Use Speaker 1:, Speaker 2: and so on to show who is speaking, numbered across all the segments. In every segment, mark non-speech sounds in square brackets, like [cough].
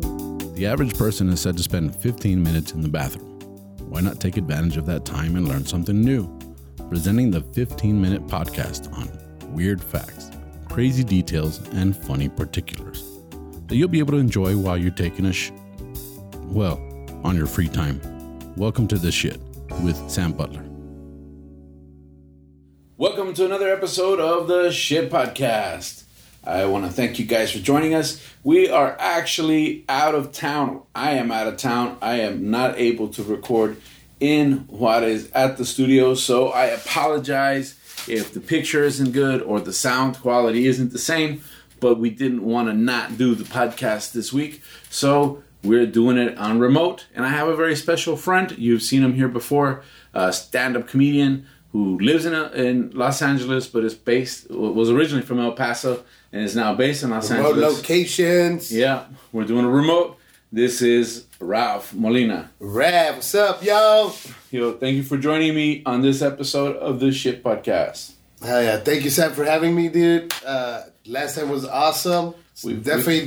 Speaker 1: The average person is said to spend 15 minutes in the bathroom. Why not take advantage of that time and learn something new? Presenting the 15 minute podcast on weird facts, crazy details, and funny particulars that you'll be able to enjoy while you're taking a sh. Well, on your free time. Welcome to The Shit with Sam Butler. Welcome to another episode of the Shit Podcast. I want to thank you guys for joining us. We are actually out of town. I am out of town. I am not able to record in Juarez at the studio, so I apologize if the picture isn't good or the sound quality isn't the same, but we didn't want to not do the podcast this week. So we're doing it on remote, and I have a very special friend. You've seen him here before, a stand-up comedian who lives in uh, in Los Angeles, but is based was originally from El Paso and is now based in Los
Speaker 2: Remote
Speaker 1: Angeles.
Speaker 2: locations.
Speaker 1: Yeah, we're doing a remote. This is Ralph Molina.
Speaker 2: Rap, what's up, yo?
Speaker 1: Yo, thank you for joining me on this episode of the Shit Podcast.
Speaker 2: Hell yeah. Thank you, Sam, for having me, dude. Uh, last time was awesome. It's
Speaker 1: We-
Speaker 2: definitely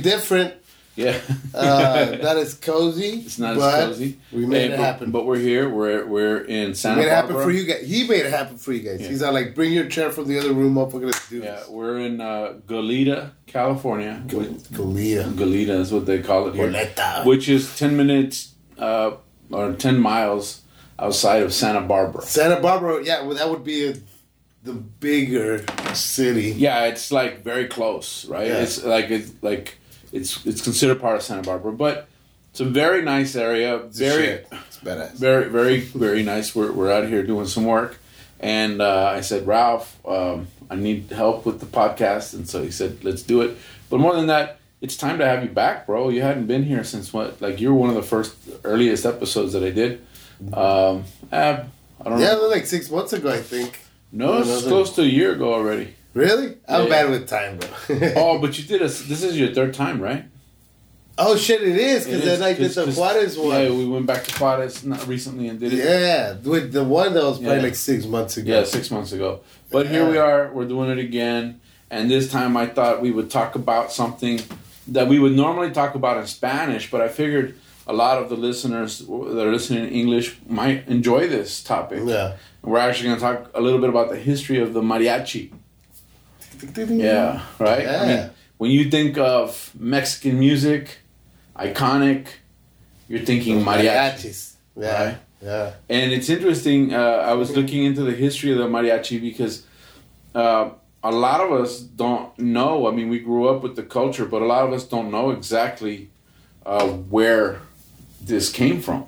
Speaker 1: [laughs]
Speaker 2: different.
Speaker 1: Yeah,
Speaker 2: Uh, not as cozy.
Speaker 1: it's not
Speaker 2: but
Speaker 1: as cozy.
Speaker 2: We made
Speaker 1: Hey,
Speaker 2: it
Speaker 1: but-
Speaker 2: happen.
Speaker 1: But we're here. We're we're in
Speaker 2: we
Speaker 1: Santa
Speaker 2: made it happen
Speaker 1: Barbara.
Speaker 2: for you guys. He made it happen for you guys. He's not like, bring your chair from the other room up. We're going to do
Speaker 1: Yeah,
Speaker 2: this.
Speaker 1: we're in uh, Goleta, California.
Speaker 2: Galea.
Speaker 1: Goleta is what they call it here,
Speaker 2: Goleta.
Speaker 1: which is ten minutes uh, or ten miles outside of Santa Barbara.
Speaker 2: Santa Barbara, yeah, well, that would be a, the bigger city.
Speaker 1: Yeah, it's like very close, right?
Speaker 2: Yeah.
Speaker 1: It's like it's like it's it's considered part of Santa Barbara, but it's a very nice area. Very
Speaker 2: Shit. It's badass.
Speaker 1: very very very nice we're, we're out here doing some work and uh, i said ralph um, i need help with the podcast and so he said let's do it but more than that it's time to have you back bro you hadn't been here since what like you were one of the first earliest episodes that i did um, uh, i don't
Speaker 2: yeah,
Speaker 1: know
Speaker 2: like six months ago, I think.
Speaker 1: no it's
Speaker 2: another-
Speaker 1: close to a year ago
Speaker 2: [laughs]
Speaker 1: already
Speaker 2: Really? I'm
Speaker 1: Yeah,
Speaker 2: bad with time, bro.
Speaker 1: oh but you did a, this is your third time right
Speaker 2: Oh shit, it is because
Speaker 1: It is,
Speaker 2: then I did
Speaker 1: 'cause-
Speaker 2: the
Speaker 1: 'cause-
Speaker 2: Juarez
Speaker 1: yeah
Speaker 2: one.
Speaker 1: we went back to Juarez not recently and did it
Speaker 2: Yeah, with the one that was probably
Speaker 1: Yeah.
Speaker 2: like six months ago.
Speaker 1: Yeah, six months ago. But here we are. We're doing it again. And this time I thought we would talk about something that we would normally talk about in Spanish, but I figured a lot of the listeners that are listening in English might enjoy this topic.
Speaker 2: Yeah.
Speaker 1: We're actually going to talk a little bit about the history of the mariachi. Yeah, right? I
Speaker 2: Yeah.
Speaker 1: mean, when you think of Mexican music, iconic, you're thinking mariachi.
Speaker 2: Mariachis. Yeah.
Speaker 1: Right.
Speaker 2: Yeah.
Speaker 1: And it's interesting. Uh, I was looking into the history of the mariachi because uh, a lot of us don't know. I mean, we grew up with the culture, but a lot of us don't know exactly uh, where this came from.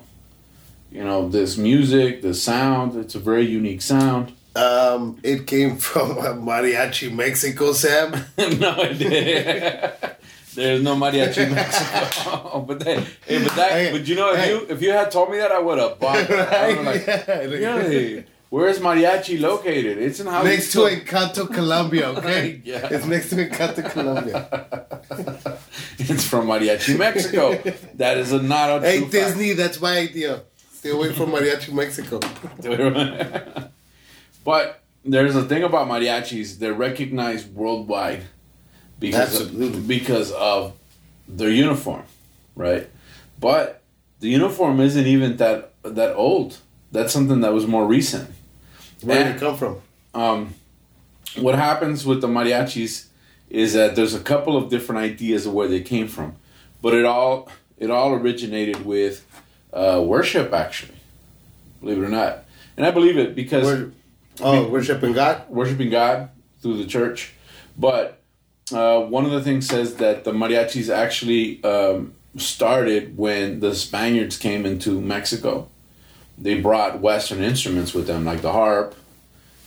Speaker 1: You know, this music, the sound. It's a very unique sound. [laughs]
Speaker 2: Um, it came [laughs] from uh, Mariachi Mexico, Sam. [laughs]
Speaker 1: no, it didn't. [laughs] There's no mariachi in Mexico, [laughs] but that, hey, but that,
Speaker 2: Hey,
Speaker 1: but you know, if
Speaker 2: hey.
Speaker 1: you if you had told me that, I would have bought. it. I would've like,
Speaker 2: [laughs] Yeah.
Speaker 1: Really? [laughs] Where is mariachi located? It's in Jalisco.
Speaker 2: Next to Encanto, Colombia,
Speaker 1: [laughs]
Speaker 2: okay?
Speaker 1: Yeah.
Speaker 2: It's next to Encanto,
Speaker 1: [laughs]
Speaker 2: Colombia.
Speaker 1: [laughs] It's from Mariachi Mexico. that is a not a
Speaker 2: hey,
Speaker 1: true
Speaker 2: Disney, that's my idea. Stay away from Mariachi Mexico.
Speaker 1: fact. [laughs] but there's a thing about mariachis. They're recognized worldwide because
Speaker 2: Absolutely.
Speaker 1: of, because of their uniform, right? But the uniform isn't even that that old. That's something that was more recent.
Speaker 2: Where
Speaker 1: Yeah.
Speaker 2: did it come from?
Speaker 1: um, what happens with the mariachis is that there's a couple of different ideas of where they came from, but it all it all originated with uh, worship, actually, believe it or not, and I believe it because
Speaker 2: Where, oh, worshiping God?
Speaker 1: worshiping God through the church. But uh, one of the things says that the mariachis actually um, started when the Spaniards came into Mexico. They brought Western instruments with them, like the harp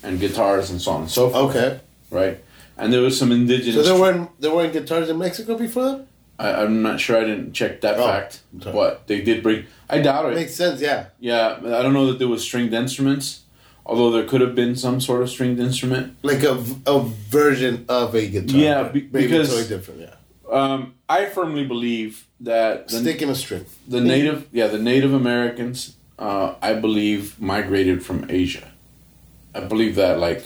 Speaker 1: and guitars and so on and so forth.
Speaker 2: Okay.
Speaker 1: Right? And there was some indigenous.
Speaker 2: So there weren't there weren't guitars in Mexico before that?
Speaker 1: I, I'm not sure I didn't check that
Speaker 2: Oh,
Speaker 1: fact,
Speaker 2: okay.
Speaker 1: but they did bring. I doubt it.
Speaker 2: Makes sense, yeah.
Speaker 1: yeah, I don't know that there was stringed instruments, although there could have been some sort of stringed instrument.
Speaker 2: Like a, v- a version of a guitar.
Speaker 1: Yeah,
Speaker 2: but
Speaker 1: be-
Speaker 2: maybe
Speaker 1: because-
Speaker 2: totally different. Yeah,
Speaker 1: Um, I firmly believe that the,
Speaker 2: stick in a string.
Speaker 1: the native, yeah, the Native Americans, uh, I believe migrated from Asia. I believe that, like,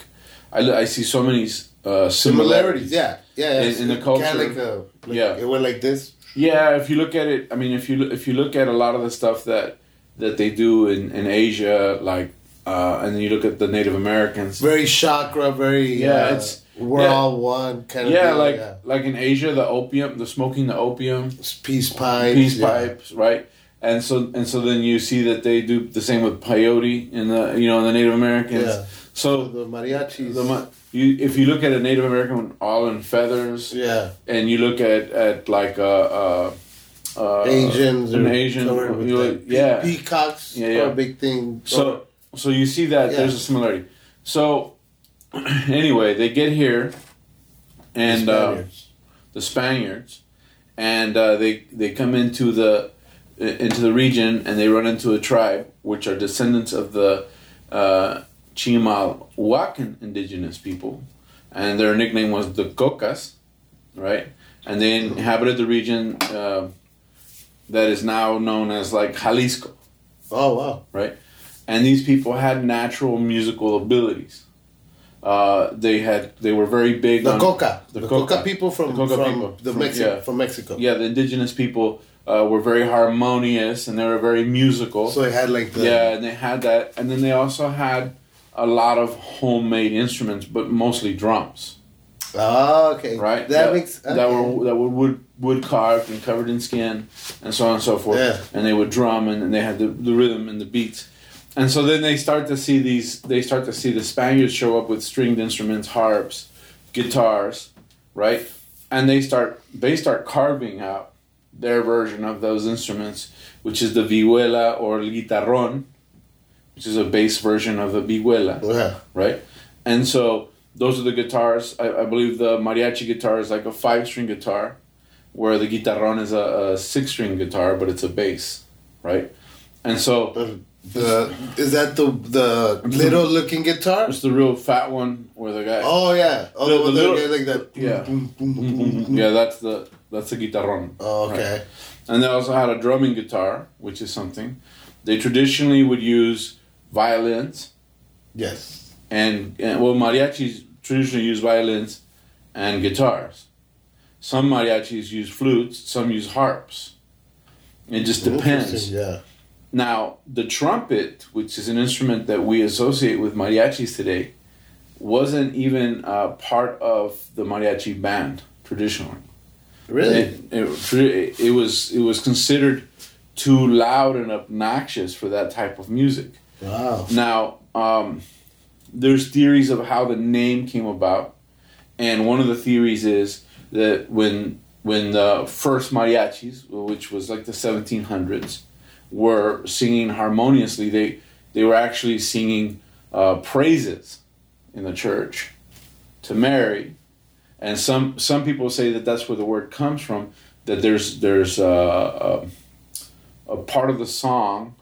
Speaker 1: I, I see so many uh, similarities.
Speaker 2: Similarities, yeah, yeah, yeah.
Speaker 1: In- in the culture.
Speaker 2: Kind of like a, like
Speaker 1: Yeah.
Speaker 2: it went like this.
Speaker 1: Yeah, if you look at it, I mean, if you if you look at a lot of the stuff that that they do in in Asia, like, uh, and then you look at the Native Americans.
Speaker 2: Very chakra, very
Speaker 1: Yeah,
Speaker 2: uh,
Speaker 1: it's-
Speaker 2: we're
Speaker 1: yeah.
Speaker 2: all one kind of
Speaker 1: Yeah,
Speaker 2: deal,
Speaker 1: like
Speaker 2: yeah.
Speaker 1: like in Asia, the opium, the smoking, the opium,
Speaker 2: It's peace pipes,
Speaker 1: peace
Speaker 2: yeah.
Speaker 1: pipes, right? And so and so then you see that they do the same with peyote in the you know in the Native Americans.
Speaker 2: Yeah.
Speaker 1: So
Speaker 2: the mariachis,
Speaker 1: the mo- you if you look at a Native American all in feathers,
Speaker 2: yeah,
Speaker 1: and you look at at like uh, uh, uh,
Speaker 2: Asians,
Speaker 1: an
Speaker 2: or
Speaker 1: Asian,
Speaker 2: somewhere with
Speaker 1: you
Speaker 2: that.
Speaker 1: look- yeah.
Speaker 2: Pe- peacocks
Speaker 1: Yeah, yeah.
Speaker 2: are a big thing.
Speaker 1: So so you see that
Speaker 2: Yeah.
Speaker 1: there's a similarity. So [clears throat] anyway, they get here, and uh,
Speaker 2: Oh, Spaniards.
Speaker 1: the Spaniards, and uh, they they come into the into the region and they run into a tribe which are descendants of the uh, Chimalhuacan indigenous people, and their nickname was the Cocas, right? And they inhabited the region uh, that is now known as like Jalisco
Speaker 2: oh wow,
Speaker 1: right? And these people had natural musical abilities. Uh, they had they were very big
Speaker 2: the
Speaker 1: on
Speaker 2: coca,
Speaker 1: the
Speaker 2: the, coca,
Speaker 1: coca.
Speaker 2: people from
Speaker 1: The coca
Speaker 2: from
Speaker 1: people.
Speaker 2: the
Speaker 1: From-
Speaker 2: Mexico
Speaker 1: yeah.
Speaker 2: from Mexico.
Speaker 1: Yeah, the indigenous people uh, were very harmonious and they were very musical.
Speaker 2: So it had like the
Speaker 1: yeah, and they had that, and then they also had a lot of homemade instruments, but mostly drums,
Speaker 2: Ah, okay,
Speaker 1: right?
Speaker 2: That, makes
Speaker 1: that were that were wood wood carved and covered in skin, and so on and so forth.
Speaker 2: Yeah.
Speaker 1: And they would drum, and, and they had the, the rhythm and the beats. And so then they start to see these. They start to see the Spaniards show up with stringed instruments, harps, guitars, right? And they start they start carving out their version of those instruments, which is the vihuela or el guitarrón, which is a bass version of the vihuela
Speaker 2: yeah.
Speaker 1: right? And so those are the guitars. I, I believe the mariachi guitar is like a five string guitar, where the guitarron is a, a six string guitar, but it's a bass, right? And so
Speaker 2: The, the is that the the little looking guitar?
Speaker 1: it's the real fat one where the guy.
Speaker 2: Oh yeah, oh
Speaker 1: The-
Speaker 2: the,
Speaker 1: the
Speaker 2: one
Speaker 1: little-
Speaker 2: that goes like that.
Speaker 1: yeah. Mm-hmm.
Speaker 2: Boom, boom, boom, boom, boom.
Speaker 1: [laughs] Yeah, that's the that's the guitarron.
Speaker 2: Oh, okay.
Speaker 1: And they also had a drumming guitar, which is something. They traditionally would use violins
Speaker 2: Yes.
Speaker 1: and, and well, mariachis traditionally use violins and guitars. Some mariachis use flutes, some use harps. It just depends.
Speaker 2: Interesting, Yeah.
Speaker 1: Now, the trumpet, which is an instrument that we associate with mariachis today, wasn't even uh, part of the mariachi band traditionally.
Speaker 2: Really?
Speaker 1: It, it, tr- it was it was considered too loud and obnoxious for that type of music.
Speaker 2: wow.
Speaker 1: Now, um, there's theories of how the name came about, and one of the theories is that when when the first mariachis, which was like the 1700s, were singing harmoniously, they they were actually singing uh, praises in the church to Mary, and some some people say that that's where the word comes from. That there's there's uh, a, a part of the song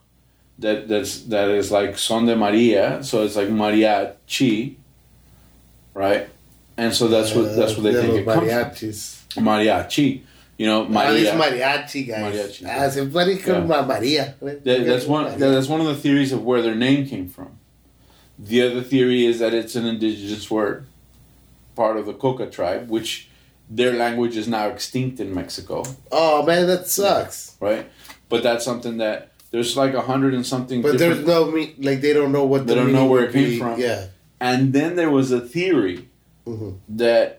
Speaker 1: that that's that is like son de Maria, so it's like mariachi, right? And so that's what that's what they
Speaker 2: Uh,
Speaker 1: think it
Speaker 2: little
Speaker 1: comes from.
Speaker 2: mariachis.
Speaker 1: Mariachi, you know,
Speaker 2: All
Speaker 1: Maria.
Speaker 2: these mariachi guys.
Speaker 1: Mariachi.
Speaker 2: Ah, somebody called
Speaker 1: Yeah.
Speaker 2: my Maria.
Speaker 1: That- that's one.
Speaker 2: Maria.
Speaker 1: that- that's one of the theories of where their name came from. The other theory is that it's an indigenous word, part of the Coca tribe, which their language is now extinct in Mexico,
Speaker 2: Oh man, that sucks.
Speaker 1: right? But that's something that there's like a hundred and something.
Speaker 2: But
Speaker 1: different-
Speaker 2: there's no me like they don't know what
Speaker 1: They
Speaker 2: the
Speaker 1: don't know
Speaker 2: meaning
Speaker 1: where it
Speaker 2: would
Speaker 1: came
Speaker 2: be.
Speaker 1: from.
Speaker 2: Yeah.
Speaker 1: And then there was a theory
Speaker 2: Mhm.
Speaker 1: that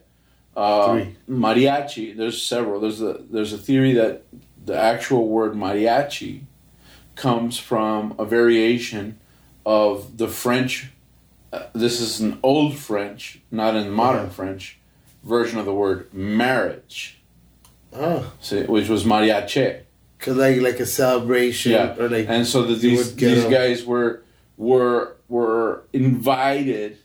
Speaker 1: uh,
Speaker 2: Three.
Speaker 1: mariachi. There's several. There's a there's a theory that the actual word mariachi comes from a variation of the French. Uh, this is an old French, not in modern French, version of the word marriage,
Speaker 2: Oh,
Speaker 1: so- which was mariachi.
Speaker 2: cause like like a celebration
Speaker 1: Yeah,
Speaker 2: or like
Speaker 1: and so the,
Speaker 2: you
Speaker 1: these
Speaker 2: would get
Speaker 1: these
Speaker 2: a-
Speaker 1: guys were were were invited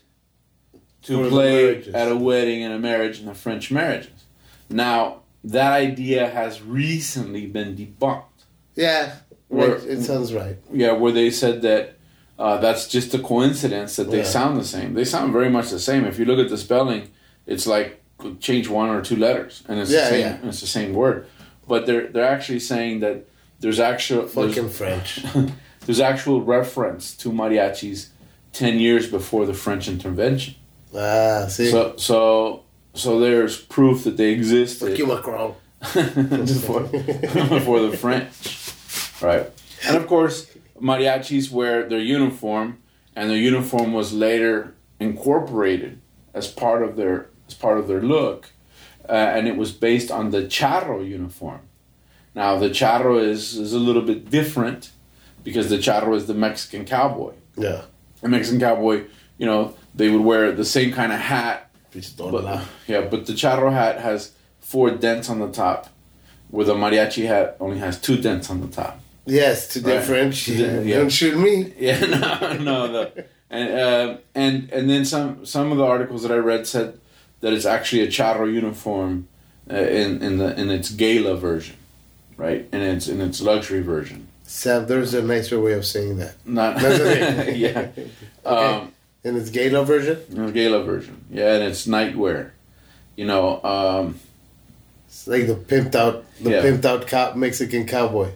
Speaker 2: For
Speaker 1: to
Speaker 2: the
Speaker 1: play
Speaker 2: marriages.
Speaker 1: at a wedding and a marriage and the French marriages. Now that idea has recently been debunked.
Speaker 2: yeah.
Speaker 1: Where-
Speaker 2: Right. It sounds right.
Speaker 1: Yeah, where they said that uh, that's just a coincidence that they
Speaker 2: Yeah.
Speaker 1: sound the same. They sound very much the same. If you look at the spelling, it's like change one or two letters, and it's the
Speaker 2: Yeah,
Speaker 1: same.
Speaker 2: yeah.
Speaker 1: and It's the same word, but they're they're actually saying that there's actual there's-
Speaker 2: Fucking French.
Speaker 1: there's actual reference to mariachis 10 years before the French intervention.
Speaker 2: Ah, see.
Speaker 1: So so so there's proof that they
Speaker 2: Fuck
Speaker 1: existed. [laughs]
Speaker 2: you, Macron.
Speaker 1: Just [laughs] for, for the French. Right. And of course, mariachis wear their uniform, and their uniform was later incorporated as part of their as part of their look, uh, and it was based on the charro uniform. Now the charro is is a little bit different because the charro is the Mexican cowboy.
Speaker 2: Yeah.
Speaker 1: The Mexican cowboy, you know, they would wear the same kind of hat but,
Speaker 2: Pistola.
Speaker 1: yeah, but the charro hat has four dents on the top, where the mariachi hat only has two dents on the top. [laughs]
Speaker 2: Yes, to
Speaker 1: Right.
Speaker 2: differentiate.
Speaker 1: Yeah, yeah.
Speaker 2: Don't shoot me.
Speaker 1: Yeah, no, no, the, and uh, and and then some. Some of the articles that I read said that it's actually a charro uniform uh, in in the in its gala version, right? In its in its luxury version.
Speaker 2: Sam, there's a nicer way of saying that.
Speaker 1: Not [laughs]
Speaker 2: That's okay.
Speaker 1: yeah,
Speaker 2: Okay.
Speaker 1: um,
Speaker 2: And it's gay love version?
Speaker 1: in the gala version. Yeah, and it's nightwear. You know, um,
Speaker 2: It's like the pimped out the
Speaker 1: Yeah.
Speaker 2: pimped out cop Mexican cowboy.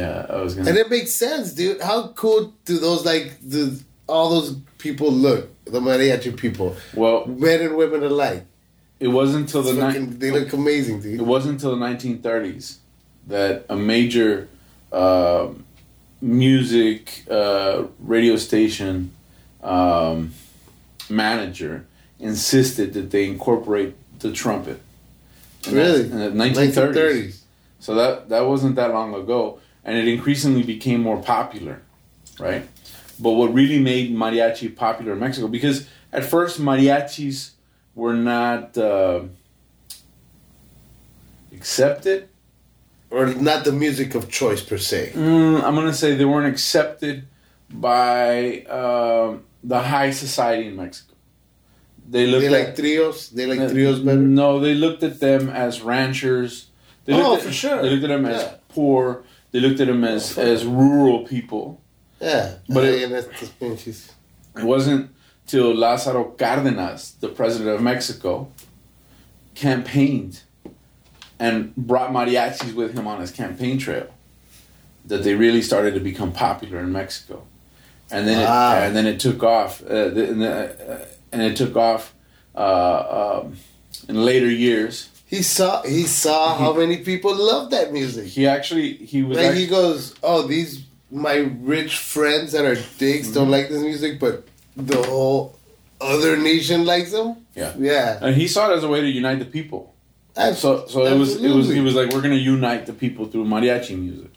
Speaker 1: yeah, I was gonna.
Speaker 2: And it makes sense, dude. How cool do those like do all those people look? The mariachi people.
Speaker 1: well,
Speaker 2: Men and women alike.
Speaker 1: it wasn't until the night.
Speaker 2: Fucking- they look amazing,
Speaker 1: It
Speaker 2: dude.
Speaker 1: wasn't until the 1930s that a major um music uh, radio station um, manager insisted that they incorporate the trumpet. And that's-
Speaker 2: Really?
Speaker 1: in the 1930s.
Speaker 2: 1930s.
Speaker 1: So that that wasn't that long ago, and it increasingly became more popular, right? But what really made mariachi popular in Mexico, because at first mariachis were not uh, accepted.
Speaker 2: Or not the music of choice per se.
Speaker 1: Mm, I'm gonna say they weren't accepted by um, the high society in Mexico. They looked
Speaker 2: They like
Speaker 1: at-
Speaker 2: trios. They like
Speaker 1: Uh,
Speaker 2: trios better.
Speaker 1: No, they looked at them as ranchers. They
Speaker 2: Oh,
Speaker 1: looked at,
Speaker 2: for sure.
Speaker 1: They looked at them as
Speaker 2: Yeah. Oh,
Speaker 1: poor. They looked at them as, as rural people.
Speaker 2: Yeah.
Speaker 1: But it-
Speaker 2: yeah, that's the Spanish.
Speaker 1: It wasn't till Lázaro Cárdenas, the president of Mexico, campaigned and brought mariachis with him on his campaign trail that they really started to become popular in Mexico. And then
Speaker 2: Wow.
Speaker 1: it, and then it took off. Uh, the, and, the, uh, and it took off uh, um, in later years.
Speaker 2: He saw he saw how many people love that music.
Speaker 1: He actually he Mm-hmm. was
Speaker 2: Like
Speaker 1: act-
Speaker 2: he goes, oh, these my rich friends that are dicks
Speaker 1: Mm-hmm.
Speaker 2: don't like this music, but the whole other nation likes them.
Speaker 1: Yeah.
Speaker 2: yeah.
Speaker 1: and he saw it as a way to unite the people.
Speaker 2: Abs-
Speaker 1: So so it was it was
Speaker 2: absolutely.
Speaker 1: he was like we're gonna unite the people through mariachi music,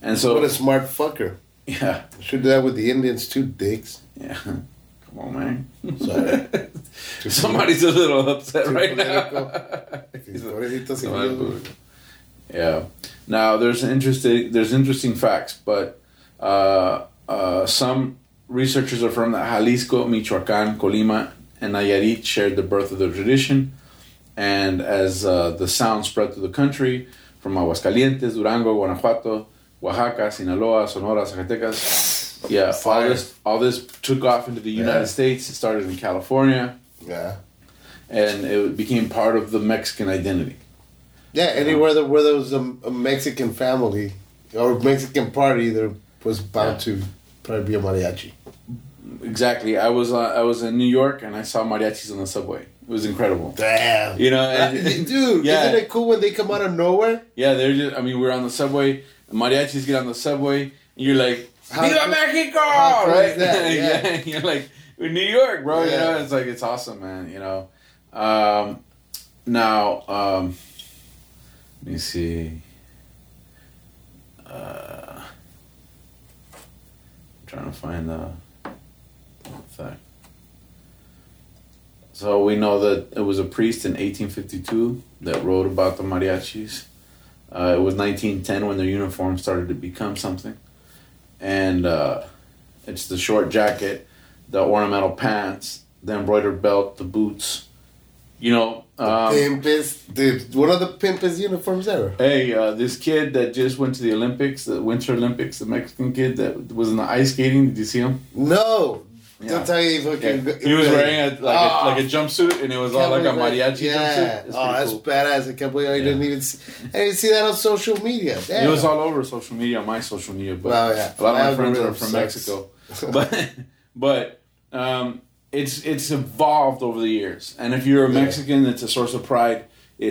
Speaker 1: and
Speaker 2: What
Speaker 1: so
Speaker 2: a smart fucker!
Speaker 1: [laughs] yeah
Speaker 2: Should do that with the Indians too, dicks. [laughs]
Speaker 1: yeah. Come on, man. [laughs]
Speaker 2: Sorry.
Speaker 1: Somebody's a little upset
Speaker 2: Too
Speaker 1: right now. [laughs]
Speaker 2: political.
Speaker 1: No,
Speaker 2: Pobrecitos
Speaker 1: that's
Speaker 2: indios.
Speaker 1: political. yeah. Now there's interesting there's interesting facts, but uh, uh, some researchers affirm that Jalisco, Michoacán, Colima, and Nayarit shared the birth of the tradition, and as uh, the sound spread through the country, from Aguascalientes, Durango, Guanajuato, Oaxaca, Sinaloa, Sonora, Zacatecas, yeah, all
Speaker 2: Fire.
Speaker 1: this all this took off into the United States. It started in California,
Speaker 2: Yeah.
Speaker 1: and it became part of the Mexican identity.
Speaker 2: Yeah, anywhere that where there was a, um, a Mexican family or Mexican party, there was bound to probably be a mariachi.
Speaker 1: Exactly. I was uh, I was in New York and I saw mariachis on the subway. It was incredible.
Speaker 2: Damn.
Speaker 1: You know,
Speaker 2: Uh,
Speaker 1: and,
Speaker 2: [laughs] dude,
Speaker 1: Yeah.
Speaker 2: isn't it cool when they come out of nowhere?
Speaker 1: yeah, they're just. I mean, we're on the subway. and mariachis get on the subway, and you're like,
Speaker 2: How
Speaker 1: "Viva
Speaker 2: cool-
Speaker 1: Mexico!"
Speaker 2: how cool
Speaker 1: right? [laughs]
Speaker 2: is that? Yeah.
Speaker 1: And You're like, "We're in New York, bro." You
Speaker 2: Yeah.
Speaker 1: know, it's like it's awesome, man. You know. Um, now, um, let me see. Uh, I'm trying to find the fact. So we know that it was a priest in 1852 that wrote about the mariachis. Uh, it was 1910 when their uniform started to become something, and uh, it's the short jacket, the ornamental pants, the embroidered belt, the boots. You know, um,
Speaker 2: Pimpest, dude, one of the pimpest uniforms ever.
Speaker 1: Hey, uh, this kid that just went to the Olympics, the Winter Olympics, the Mexican kid that was in the ice skating. Did you see him?
Speaker 2: No,
Speaker 1: Yeah.
Speaker 2: don't tell you fucking.
Speaker 1: He was wearing a, like,
Speaker 2: Ah,
Speaker 1: a, like a jumpsuit, and it was all like Ah, a
Speaker 2: can't believe that-
Speaker 1: mariachi
Speaker 2: Yeah.
Speaker 1: jumpsuit. It's
Speaker 2: oh,
Speaker 1: pretty
Speaker 2: that's
Speaker 1: cool.
Speaker 2: badass. I can't believe I
Speaker 1: Yeah.
Speaker 2: didn't even see, I didn't see that on social media. Damn.
Speaker 1: It was all over social media, on my social media, but
Speaker 2: Well, yeah.
Speaker 1: a lot of my
Speaker 2: My
Speaker 1: friends are
Speaker 2: algorithm
Speaker 1: from
Speaker 2: sucks.
Speaker 1: Mexico. but [laughs] but um, it's it's evolved over the years, and if you're a
Speaker 2: Yeah.
Speaker 1: Mexican, it's a source of pride.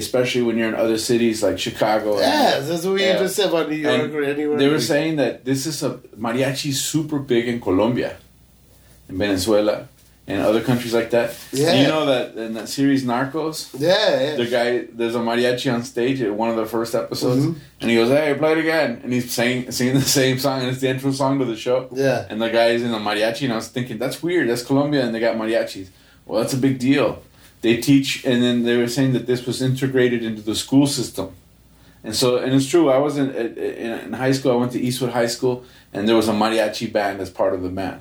Speaker 1: especially when you're in other cities like Chicago. and-
Speaker 2: Yes, that's what
Speaker 1: Yeah.
Speaker 2: you just said about New York
Speaker 1: And
Speaker 2: or anywhere.
Speaker 1: They were
Speaker 2: Like,
Speaker 1: saying that this is a mariachi is super big in Colombia, in Venezuela, and other countries like that.
Speaker 2: Yeah.
Speaker 1: You know that in that series Narcos,
Speaker 2: yeah,
Speaker 1: the
Speaker 2: yeah.
Speaker 1: guy there's a mariachi on stage at one of the first episodes,
Speaker 2: Mhm.
Speaker 1: and he goes, "Hey, play it again," and he's saying singing the same song, and it's the intro song to the show.
Speaker 2: Yeah.
Speaker 1: And the guy's in a mariachi, and I was thinking, that's weird. That's Colombia, and they got mariachis. Well, that's a big deal. They teach, and then they were saying that this was integrated into the school system. And so, and it's true. I was in, in, in high school. I went to Eastwood High School, and there was a mariachi band as part of the band,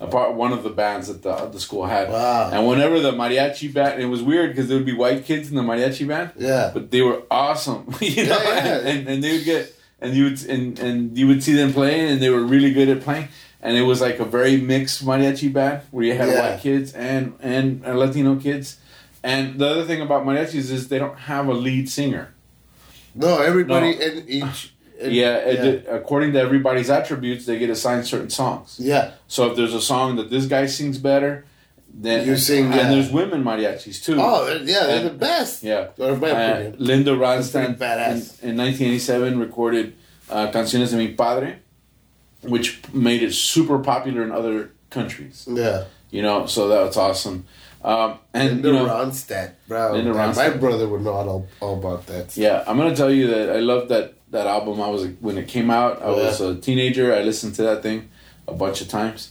Speaker 1: a part one of the bands that the, the school had.
Speaker 2: Wow.
Speaker 1: And whenever the mariachi band, it was weird because there would be white kids in the mariachi band,
Speaker 2: Yeah.
Speaker 1: but they were awesome. [laughs] you know,
Speaker 2: Yeah, yeah.
Speaker 1: And, and they would get and you would and, and you would see them playing, and they were really good at playing. And it was like a very mixed mariachi band where you had
Speaker 2: Yeah.
Speaker 1: white kids and, and and Latino kids. And the other thing about mariachis is they don't have a lead singer.
Speaker 2: No, everybody
Speaker 1: No.
Speaker 2: and each. and-
Speaker 1: Yeah, it-
Speaker 2: yeah.
Speaker 1: according to everybody's attributes, they get assigned certain songs.
Speaker 2: Yeah.
Speaker 1: So if there's a song that this guy sings better, then
Speaker 2: You sing
Speaker 1: And
Speaker 2: that.
Speaker 1: there's women mariachis too.
Speaker 2: Oh, yeah, they're the
Speaker 1: And-
Speaker 2: best.
Speaker 1: Yeah.
Speaker 2: Or in my
Speaker 1: Uh,
Speaker 2: opinion.
Speaker 1: Linda
Speaker 2: pretty
Speaker 1: Ronstadt
Speaker 2: badass.
Speaker 1: in, in 1987 recorded uh, Canciones de mi Padre, which made it super popular in other countries.
Speaker 2: Yeah.
Speaker 1: You know, so that's awesome. Um, and
Speaker 2: Linda
Speaker 1: you know,
Speaker 2: Ronstadt, bro.
Speaker 1: Linda
Speaker 2: Man, My
Speaker 1: Ronstadt.
Speaker 2: brother would know all, all about that.
Speaker 1: yeah, I'm gonna tell you that I loved that that album. I was when it came out, I
Speaker 2: Oh, Yeah.
Speaker 1: was a teenager. I listened to that thing a bunch of times.
Speaker 2: Is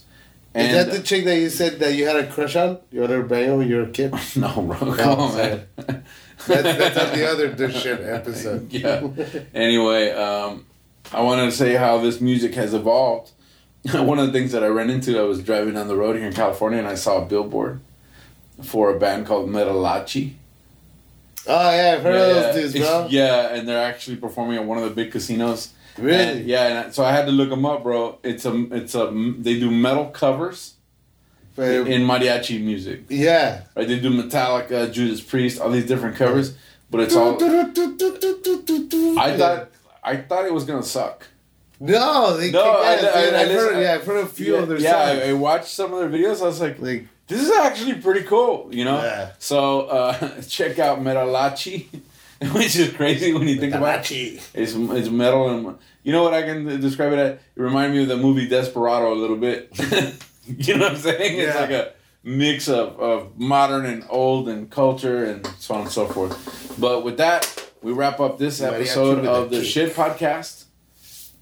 Speaker 1: And
Speaker 2: that the chick that you said that you had a crush on? You had her bang on when you were a kid?
Speaker 1: [laughs] no, bro,
Speaker 2: No,
Speaker 1: come on,
Speaker 2: sorry.
Speaker 1: man.
Speaker 2: Oh, That's, that's on the other dish shit
Speaker 1: [laughs]
Speaker 2: episode.
Speaker 1: yeah. Anyway, um, I wanted to say how this music has evolved. [laughs] One of the things that I ran into, I was driving down the road here in California, and I saw a billboard for a band called Metalachi.
Speaker 2: Oh, yeah, I've heard
Speaker 1: Yeah,
Speaker 2: of those dudes,
Speaker 1: it's-
Speaker 2: bro.
Speaker 1: [laughs] yeah, and they're actually performing at one of the big casinos.
Speaker 2: Really?
Speaker 1: And- yeah. And I- so I had to look them up, bro. It's a, it's a, they do metal covers
Speaker 2: But-
Speaker 1: in mariachi music.
Speaker 2: yeah.
Speaker 1: Right? They do Metallica, Judas Priest, all these different covers, but it's
Speaker 2: [laughs]
Speaker 1: all. I thought, I thought it was gonna suck.
Speaker 2: No, they
Speaker 1: No,
Speaker 2: kick
Speaker 1: I-
Speaker 2: ass,
Speaker 1: I-
Speaker 2: dude.
Speaker 1: I
Speaker 2: I've heard,
Speaker 1: listen-
Speaker 2: yeah, I've heard a few
Speaker 1: yeah,
Speaker 2: of their
Speaker 1: yeah,
Speaker 2: songs.
Speaker 1: I, I watched some of their videos. I was like,
Speaker 2: like,
Speaker 1: this is actually pretty cool, you know?
Speaker 2: Yeah.
Speaker 1: So uh, [laughs] check out Metalachi, [laughs] which is crazy when you think about it. It's, it's metal and. You know what I can describe it as? It reminded me of the movie Desperado a little bit. [laughs] you know what I'm saying? It's
Speaker 2: Yeah.
Speaker 1: like a mix of, of modern and old and culture and so on and so forth. But with that, we wrap up this
Speaker 2: Mariachi
Speaker 1: episode
Speaker 2: with
Speaker 1: of
Speaker 2: a
Speaker 1: the
Speaker 2: kick.
Speaker 1: Shit Podcast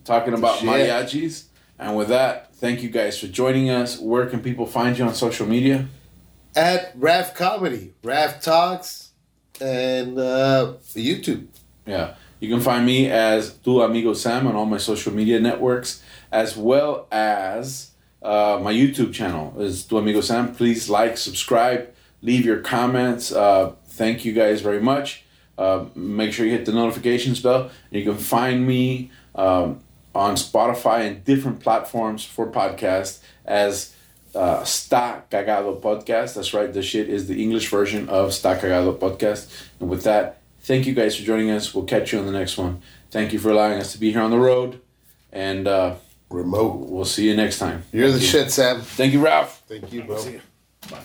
Speaker 1: talking about
Speaker 2: Shit.
Speaker 1: mariachis. And with that, thank you guys for joining us. Where can people find you on social media?
Speaker 2: At Raf Comedy, Raf Talks, and uh, YouTube.
Speaker 1: Yeah. You can find me as Tu Amigo Sam on all my social media networks, as well as uh, my YouTube channel is Tu Amigo Sam. Please like, subscribe, leave your comments. Uh, thank you guys very much. Uh, make sure you hit the notifications bell. You can find me um, on Spotify and different platforms for podcasts as uh, Sta Cagado Podcast. That's right, the shit is the English version of Sta Cagado Podcast. And with that, thank you guys for joining us. We'll catch you on the next one. Thank you for allowing us to be here on the road, and uh,
Speaker 2: Remote.
Speaker 1: we'll see you next time.
Speaker 2: You're the
Speaker 1: Thank you.
Speaker 2: shit, Sam.
Speaker 1: Thank you, Ralph.
Speaker 2: Thank you, bro.
Speaker 1: Bye.